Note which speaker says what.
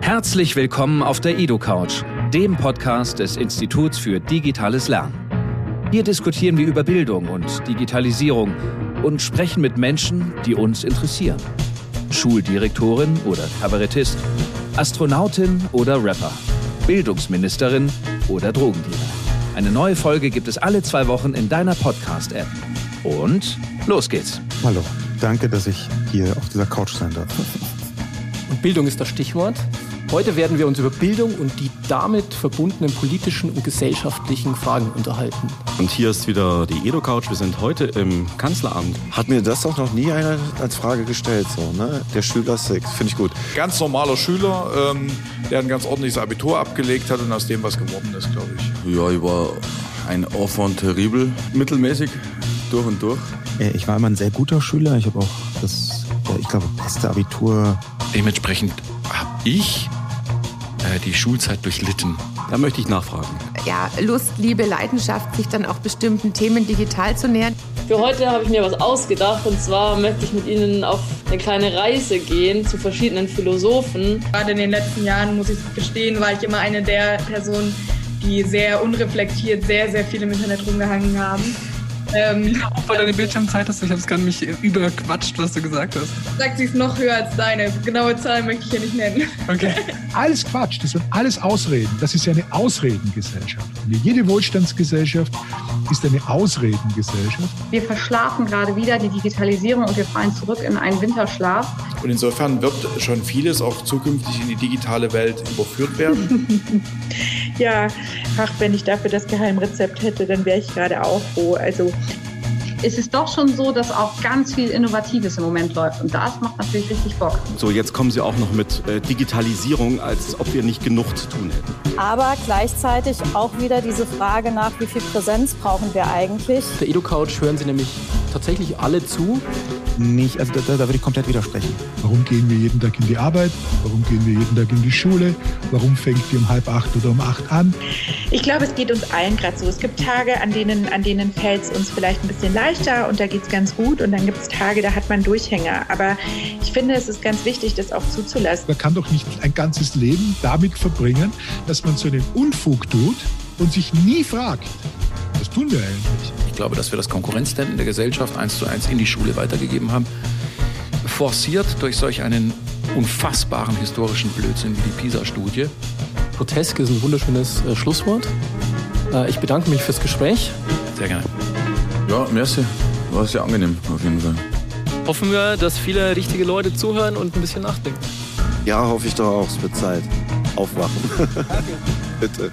Speaker 1: Herzlich willkommen auf der EdoCouch, dem Podcast des Instituts für digitales Lernen. Hier diskutieren wir über Bildung und Digitalisierung und sprechen mit Menschen, die uns interessieren. Schuldirektorin oder Kabarettist, Astronautin oder Rapper, Bildungsministerin oder Drogendealer. Eine neue Folge gibt es alle zwei Wochen in deiner Podcast-App. Und los geht's.
Speaker 2: Hallo, danke, dass ich hier auf dieser Couch sein darf.
Speaker 3: Und Bildung ist das Stichwort. Heute werden wir uns über Bildung und die damit verbundenen politischen und gesellschaftlichen Fragen unterhalten.
Speaker 4: Und hier ist wieder die Edo-Couch. Wir sind heute im Kanzleramt.
Speaker 5: Hat mir das auch noch nie einer als Frage gestellt, so, ne? Der Schüler Six, finde ich gut.
Speaker 6: ganz normaler Schüler, ähm, der ein ganz ordentliches Abitur abgelegt hat und aus dem was geworden ist, glaube ich.
Speaker 7: Ja, ich war ein Enfant terrible, mittelmäßig, durch und durch.
Speaker 2: Äh, Ich war immer ein sehr guter Schüler. Ich habe auch das, äh, ich glaube, beste Abitur.
Speaker 8: Dementsprechend habe ich äh, die Schulzeit durchlitten.
Speaker 4: Da möchte ich nachfragen.
Speaker 9: ja, Lust, Liebe, Leidenschaft, sich dann auch bestimmten Themen digital zu nähern.
Speaker 10: Für heute habe ich mir was ausgedacht und zwar möchte ich mit Ihnen auf eine kleine Reise gehen zu verschiedenen Philosophen.
Speaker 11: Gerade in den letzten Jahren, muss ich gestehen, war ich immer eine der Personen, die sehr unreflektiert sehr, sehr viel im Internet rumgehangen haben. Ähm,
Speaker 8: Weil deine Bildschirmzeit hast, ich habe es gar nicht überquatscht, was du gesagt hast.
Speaker 11: sagt sie es noch höher als deine. Genaue Zahl möchte ich hier nicht nennen.
Speaker 8: Okay.
Speaker 12: alles Quatsch, das sind alles Ausreden. Das ist ja eine Ausredengesellschaft. Eine Jede Wohlstandsgesellschaft ist eine Ausredengesellschaft.
Speaker 11: Wir verschlafen gerade wieder die Digitalisierung und wir fallen zurück in einen Winterschlaf.
Speaker 6: Und insofern wird schon vieles auch zukünftig in die digitale Welt überführt werden.
Speaker 11: Ja, ach, wenn ich dafür das Geheimrezept hätte, dann wäre ich gerade auch froh. Also es ist doch schon so, dass auch ganz viel Innovatives im Moment läuft und das macht natürlich richtig Bock.
Speaker 4: So, jetzt kommen sie auch noch mit äh, Digitalisierung, als ob wir nicht genug zu tun hätten.
Speaker 10: Aber gleichzeitig auch wieder diese Frage nach, wie viel Präsenz brauchen wir eigentlich?
Speaker 3: Auf der Edo-Couch hören Sie nämlich tatsächlich alle zu.
Speaker 2: Nicht, also da, da würde ich komplett widersprechen.
Speaker 12: Warum gehen wir jeden Tag in die Arbeit? Warum gehen wir jeden Tag in die Schule? Warum fängt die um halb acht oder um acht an?
Speaker 11: Ich glaube, es geht uns allen gerade so. Es gibt Tage, an denen, an denen fällt es uns vielleicht ein bisschen leichter und da geht es ganz gut. Und dann gibt es Tage, da hat man Durchhänger. Aber ich finde, es ist ganz wichtig, das auch zuzulassen.
Speaker 12: Man kann doch nicht ein ganzes Leben damit verbringen, dass man so einen Unfug tut und sich nie fragt, was tun wir eigentlich?
Speaker 8: Ich glaube, dass wir das Konkurrenzdenken der Gesellschaft eins zu eins in die Schule weitergegeben haben. Forciert durch solch einen unfassbaren historischen Blödsinn wie die PISA-Studie.
Speaker 3: Grotesk ist ein wunderschönes äh, Schlusswort. Äh, ich bedanke mich fürs Gespräch.
Speaker 8: Sehr gerne.
Speaker 7: Ja, merci. War sehr angenehm, auf jeden Fall.
Speaker 3: Hoffen wir, dass viele richtige Leute zuhören und ein bisschen nachdenken.
Speaker 5: Ja, hoffe ich doch auch, es wird Zeit. Aufwachen. Bitte.